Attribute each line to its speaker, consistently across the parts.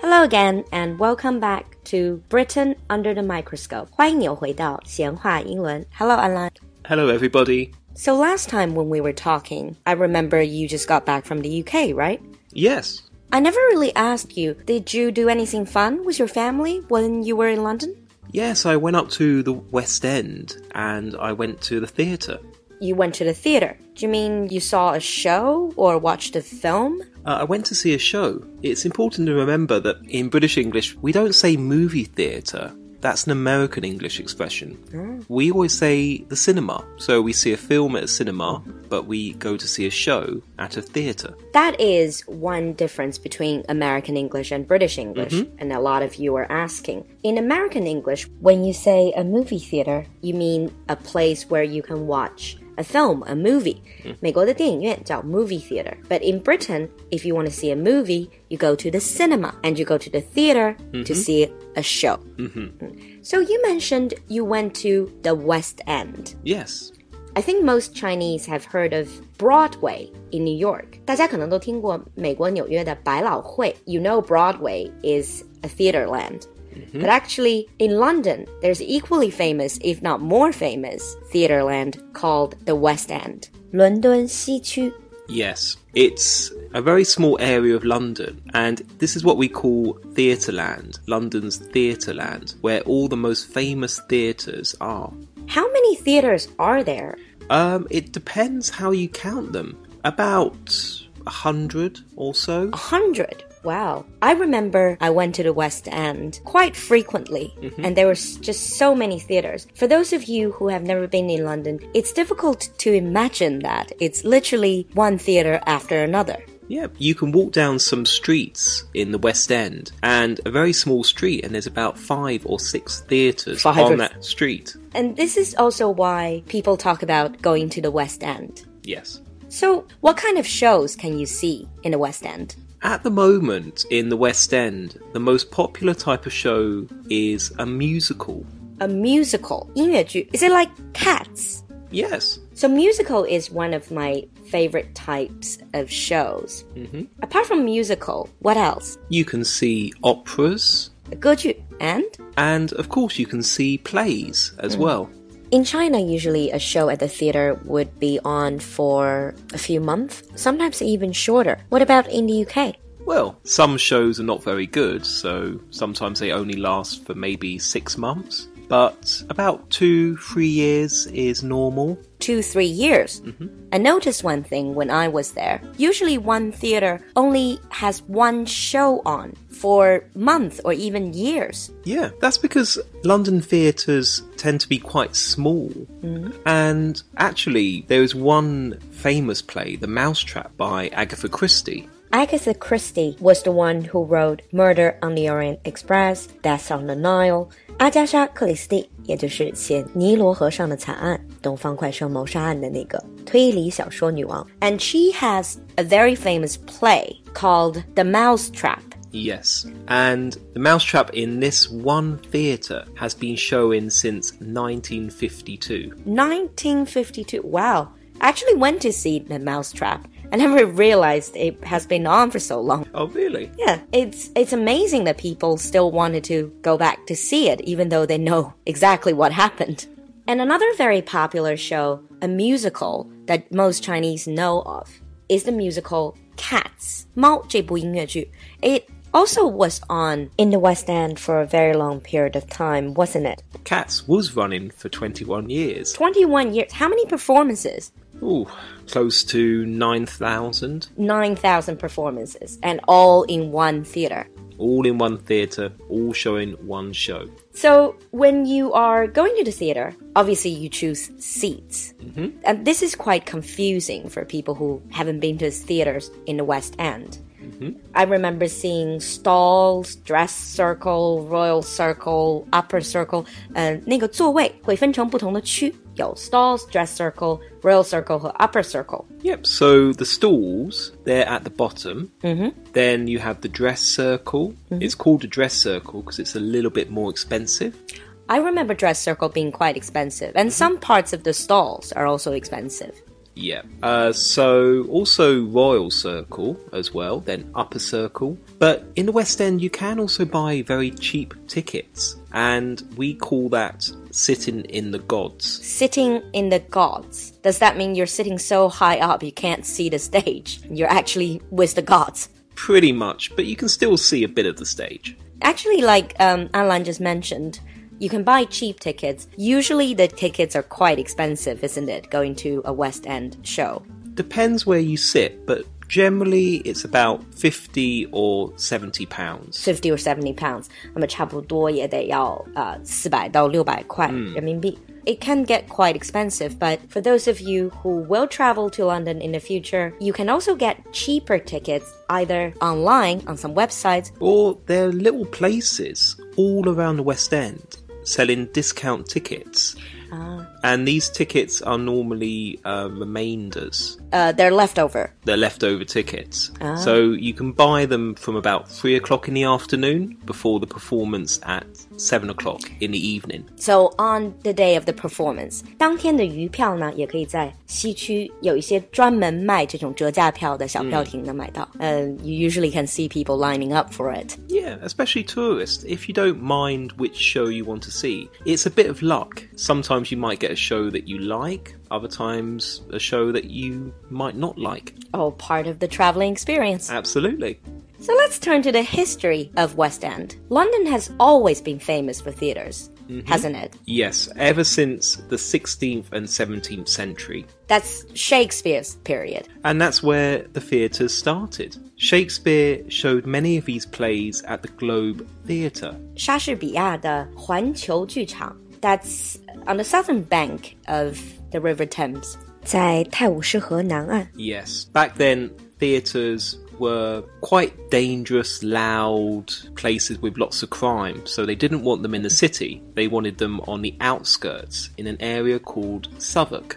Speaker 1: Hello again and welcome back to Britain under the microscope. 欢迎你回到闲话英伦。Hello, Alan.
Speaker 2: Hello, everybody.
Speaker 1: So last time when we were talking, I remember you just got back from the UK, right?
Speaker 2: Yes.
Speaker 1: I never really asked you, did you do anything fun with your family when you were in London?
Speaker 2: Yes, I went up to the West End and I went to the theatre.
Speaker 1: You went to the theater. Do you mean you saw a show or watched a film?
Speaker 2: Uh, I went to see a show. It's important to remember that in British English, we don't say movie theatre. That's an American English expression. We always say the cinema. So we see a film at a cinema, but we go to see a show at a theatre.
Speaker 1: That is one difference between American English and British English, and a lot of you are asking. In American English, when you say a movie theater, you mean a place where you can watch a film, a movie. 美国的电影院叫 movie theater. But in Britain, if you want to see a movie, you go to the cinema and you go to the theater to see a show. Mm. So you mentioned you went to the West End.
Speaker 2: Yes.
Speaker 1: I think most Chinese have heard of Broadway in New York. 大家可能都听过美国纽约的百老汇. You know Broadway is a theater land. But actually, in London, there's equally famous, if not more famous, theater land called the West End. 伦敦西区.
Speaker 2: Yes. It's a very small area of London, and this is what we call Theatreland, London's Theatreland, where all the most famous theatres are.
Speaker 1: How many theaters are there?
Speaker 2: Um, it depends how you count them. About a hundred or so.
Speaker 1: A hundred. Wow. I remember I went to the West End quite frequently, and there was just so many theaters. For those of you who have never been in London, it's difficult to imagine that. It's literally one theater after another.
Speaker 2: Yeah, you can walk down some streets in the West End, and a very small street, and there's about five or six theatres
Speaker 1: Five or-
Speaker 2: on that street.
Speaker 1: And this is also why people talk about going to the West End.
Speaker 2: Yes.
Speaker 1: So, what kind of shows can you see in the West End?
Speaker 2: At the moment in the West End, the most popular type of show is a musical.
Speaker 1: A musical, 音乐剧. Is it like cats?
Speaker 2: Yes.
Speaker 1: So musical is one of my favorite types of shows. Apart from musical, what else?
Speaker 2: You can see operas,
Speaker 1: 歌剧 and
Speaker 2: and of course, you can see plays as well.
Speaker 1: in China, usually a show at the theater would be on for a few months, sometimes even shorter. What about in the UK?
Speaker 2: Well, some shows are not very good, so sometimes they only last for maybe six months. But about two, three years is normal.
Speaker 1: Two, three years. I noticed one thing when I was there. Usually, one theater only has one show on for months or even years.
Speaker 2: Yeah, that's because London theatres tend to be quite small. And actually, there is one famous play, The Mousetrap by Agatha Christie.
Speaker 1: Agatha Christie was the one who wrote Murder on the Orient Express, Death on the Nile。阿加莎·克里斯蒂，也就是写《尼罗河上的惨案》《东方快车谋杀案》的那个推理小说女王。And she has a very famous play called The Mousetrap.
Speaker 2: Yes. And The Mousetrap in this one theatre has been showing since 1952.
Speaker 1: 1952. Wow. I actually went to see The Mousetrap. I never realized it has been on for so long.
Speaker 2: Oh, really?
Speaker 1: Yeah, it's it's amazing that people still wanted to go back to see it even though they know exactly what happened. And another very popular show, a musical that most Chinese know of, is the musical Cats. 猫这部音乐剧. It also was on in the West End for a very long period of time, wasn't it?
Speaker 2: Cats was running for 21 years.
Speaker 1: 21 years. How many performances?
Speaker 2: Ooh, close to 9,000.
Speaker 1: 9,000 performances and all in one theater.
Speaker 2: All in one theatre, all showing one show.
Speaker 1: So when you are going to the theater, obviously you choose seats, mm-hmm. and this is quite confusing for people who haven't been to theaters in the West End. I remember seeing stalls, dress circle, royal circle, upper circle. 呃，那个座位会分成不同的区，有 stalls, dress circle, royal circle 和 upper circle。
Speaker 2: Yep, so the stalls, they're at the bottom. Mm-hmm. Then you have the dress circle. It's called a dress circle because it's a little bit more expensive.
Speaker 1: I remember dress circle being quite expensive, and some parts of the stalls are also expensive.
Speaker 2: Yeah. Uh, so also Royal Circle as well, then Upper Circle. But in the West End, you can also buy very cheap tickets, and we call that sitting in the gods.
Speaker 1: Sitting in the gods. Does that mean you're sitting so high up you can't see the stage? You're actually with the gods.
Speaker 2: Pretty much, but you can still see a bit of the stage.
Speaker 1: Actually, like um, Alan just mentioned, you can buy cheap tickets. Usually, the tickets are quite expensive, isn't it? Going to a West End show.
Speaker 2: Depends where you sit, but generally it's about 50 or 70 pounds.
Speaker 1: Fifty or seventy pounds，那么差不多也得要呃四百到六百块人民币。It can get quite expensive, but for those of you who will travel to London in the future, you can also get cheaper tickets either online on some websites
Speaker 2: Or there are little places all around the West End selling discount tickets. And these tickets are normally uh, remainders.
Speaker 1: uh, they're leftover.
Speaker 2: They're leftover tickets. So you can buy them from about three o'clock in the afternoon before the performance at seven o'clock in the evening.
Speaker 1: So on the day of the performance，当天的余票呢，也可以在西区有一些专门卖这种折价票的小票亭能买到。嗯、you usually can see people lining up for it。
Speaker 2: Yeah, especially tourists. If you don't mind which show you want to see, it's a bit of luck. Sometimes you might get a show that you like, other times, a show that you might not like.
Speaker 1: All Oh, part of the traveling experience.
Speaker 2: Absolutely.
Speaker 1: So let's turn to the history of West End. London has always been famous for theaters, hasn't it?
Speaker 2: Yes, ever since the 16th and 17th century.
Speaker 1: That's Shakespeare's period.
Speaker 2: And that's where the theatres started. Shakespeare showed many of his plays at the Globe Theatre.
Speaker 1: 莎士比亚的环球剧场，That's on the southern bank of the River Thames，在泰晤士河南岸。
Speaker 2: Yes, back then, theatres were quite dangerous, loud places with lots of crime, so they didn't want them in the city. They wanted them on the outskirts in an area called Southwark.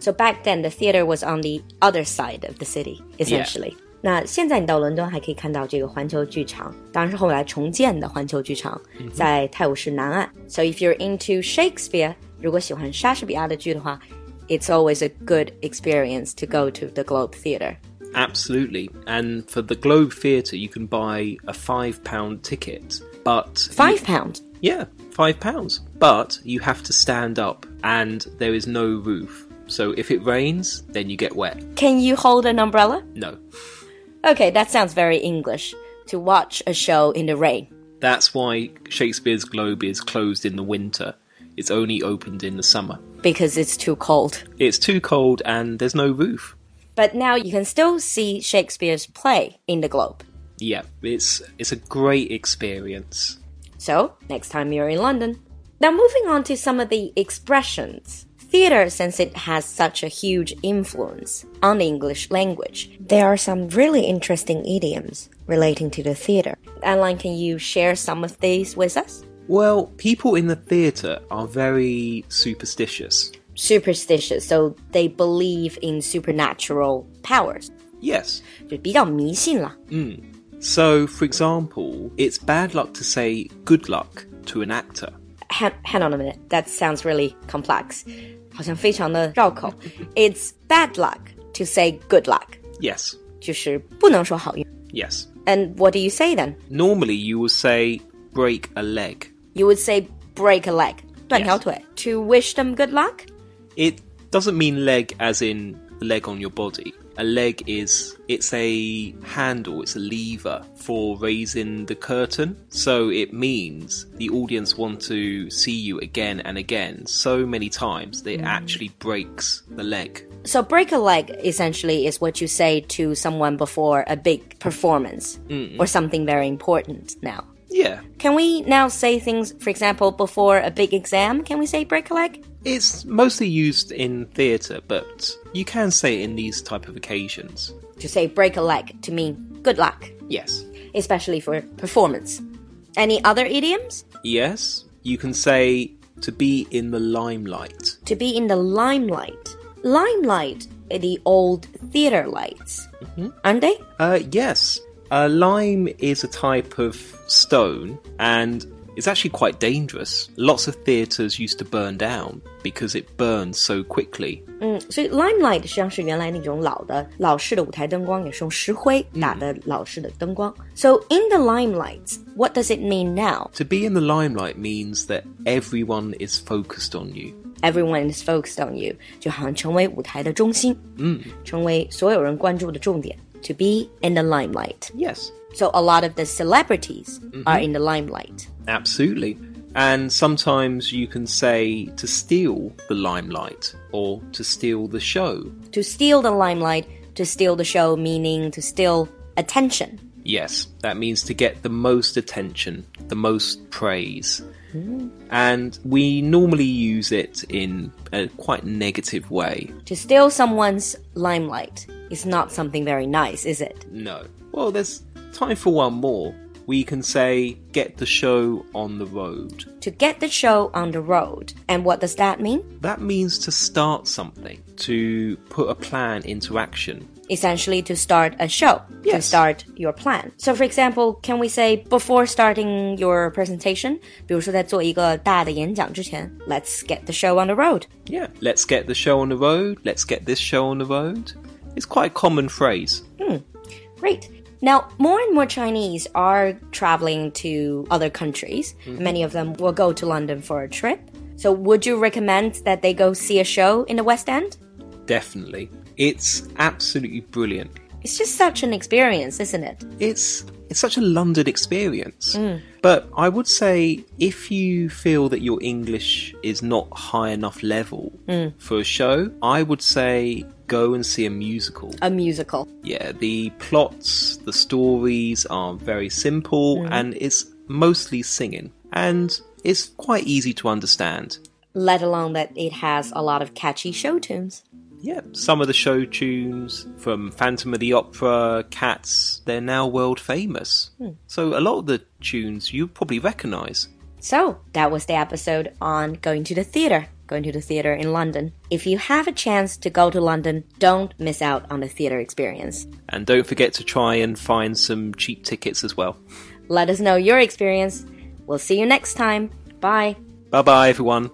Speaker 1: So back then, the theater was on the other side of the city, essentially. 那现在你到伦敦还可以看到这个环球剧场，当然是后来重建的环球剧场，在泰晤士南岸。So if you're into Shakespeare，如果喜欢莎士比亚的剧的话，it's always a good experience to go to the Globe Theatre。
Speaker 2: Absolutely. And for the Globe Theatre, you can buy a £5 ticket. But
Speaker 1: Five pound.
Speaker 2: Yeah, five pounds. But you have to stand up, and there is no roof. So if it rains, then you get wet.
Speaker 1: Can you hold an umbrella?
Speaker 2: No.
Speaker 1: Okay, that sounds very English. To watch a show in the rain.
Speaker 2: That's why Shakespeare's Globe is closed in the winter. It's only opened in the summer.
Speaker 1: Because it's too cold.
Speaker 2: It's too cold and there's no roof.
Speaker 1: But now you can still see Shakespeare's play in the Globe.
Speaker 2: Yeah, it's it's a great experience.
Speaker 1: So, next time you're in London. Now, moving on to some of the expressions. Theater, since it has such a huge influence on the English language, there are some really interesting idioms relating to the theater. Adeline, can you share some of these with us?
Speaker 2: Well, people in the theatre are very superstitious.
Speaker 1: Superstitious, so they believe in supernatural powers.
Speaker 2: Yes.
Speaker 1: 就比较迷信了。
Speaker 2: So, for example, it's bad luck to say good luck to an actor.
Speaker 1: hang, hang on a minute. That sounds really complex. 好像非常的绕口. It's bad luck to say good luck.
Speaker 2: Yes.
Speaker 1: 就是不能说好运.
Speaker 2: Yes.
Speaker 1: And what do you say then?
Speaker 2: Normally, you will say break a leg.
Speaker 1: You would say break a leg. 断条腿. To wish them good luck?
Speaker 2: It doesn't mean leg as in leg on your body. A leg is it's a handle, it's a lever for raising the curtain. So it means the audience want to see you again and again so many times that it actually breaks the leg.
Speaker 1: So break a leg essentially is what you say to someone before a big performance or something very important now.
Speaker 2: Yeah.
Speaker 1: Can we now say things, for example, before a big exam? Can we say break a leg?
Speaker 2: It's mostly used in theatre, but you can say it in these type of occasions.
Speaker 1: To say break a leg to mean good luck.
Speaker 2: Yes.
Speaker 1: especially for performance. Any other idioms?
Speaker 2: Yes. You can say to be in the limelight.
Speaker 1: To be in the limelight. Limelight are the old theater lights, aren't they?
Speaker 2: Uh, yes. Uh, lime is a type of stone, and It's actually quite dangerous. Lots of theatres used to burn down because it burns so quickly.
Speaker 1: 嗯，所以 limelight 实际上是原来那种老的老式的舞台灯光，也是用石灰打的老式的灯光。So in the limelight, what does it mean now?
Speaker 2: To be in the limelight means that everyone is focused on you.
Speaker 1: Everyone is focused on you，就好像成为舞台的中心，嗯，成为所有人关注的重点。To be in the limelight,
Speaker 2: Yes,
Speaker 1: so a lot of the celebrities are in the limelight.
Speaker 2: absolutely. And sometimes you can say to steal the limelight or to steal the show.
Speaker 1: To steal the limelight, to steal the show, meaning to steal attention.
Speaker 2: Yes, that means to get the most attention, the most praise. And we normally use it in a quite negative way.
Speaker 1: To steal someone's limelight is not something very nice, is it?
Speaker 2: No. Well, there's time for one more. We can say, get the show on the road.
Speaker 1: To get the show on the road. And what does that mean?
Speaker 2: That means to start something, to put a plan into action.
Speaker 1: Essentially, to start a show, to
Speaker 2: Yes.
Speaker 1: start your plan. So, for example, can we say before starting your presentation? 比如说在做一个大的演讲之前, let's get the show on the road.
Speaker 2: Yeah, let's get the show on the road, let's get this show on the road. It's quite a common phrase.
Speaker 1: Great. Now, more and more Chinese are traveling to other countries. Many of them will go to London for a trip. So, would you recommend that they go see a show in the West End?
Speaker 2: Definitely. It's absolutely brilliant.
Speaker 1: It's just such an experience, isn't it?
Speaker 2: it's it's such a London experience. But I would say if you feel that your English is not high enough level for a show, I would say go and see a musical.
Speaker 1: A musical.
Speaker 2: Yeah, the plots, the stories are very simple and it's mostly singing and it's quite easy to understand.
Speaker 1: Let alone that it has a lot of catchy show tunes.
Speaker 2: Yeah, some of the show tunes from Phantom of the Opera, Cats, they're now world famous. So a lot of the tunes you probably recognise.
Speaker 1: So, that was the episode on going to the theater, going to the theater in London. If you have a chance to go to London, don't miss out on the theater experience.
Speaker 2: And don't forget to try and find some cheap tickets as well.
Speaker 1: Let us know your experience. We'll see you next time. Bye.
Speaker 2: Bye bye, everyone.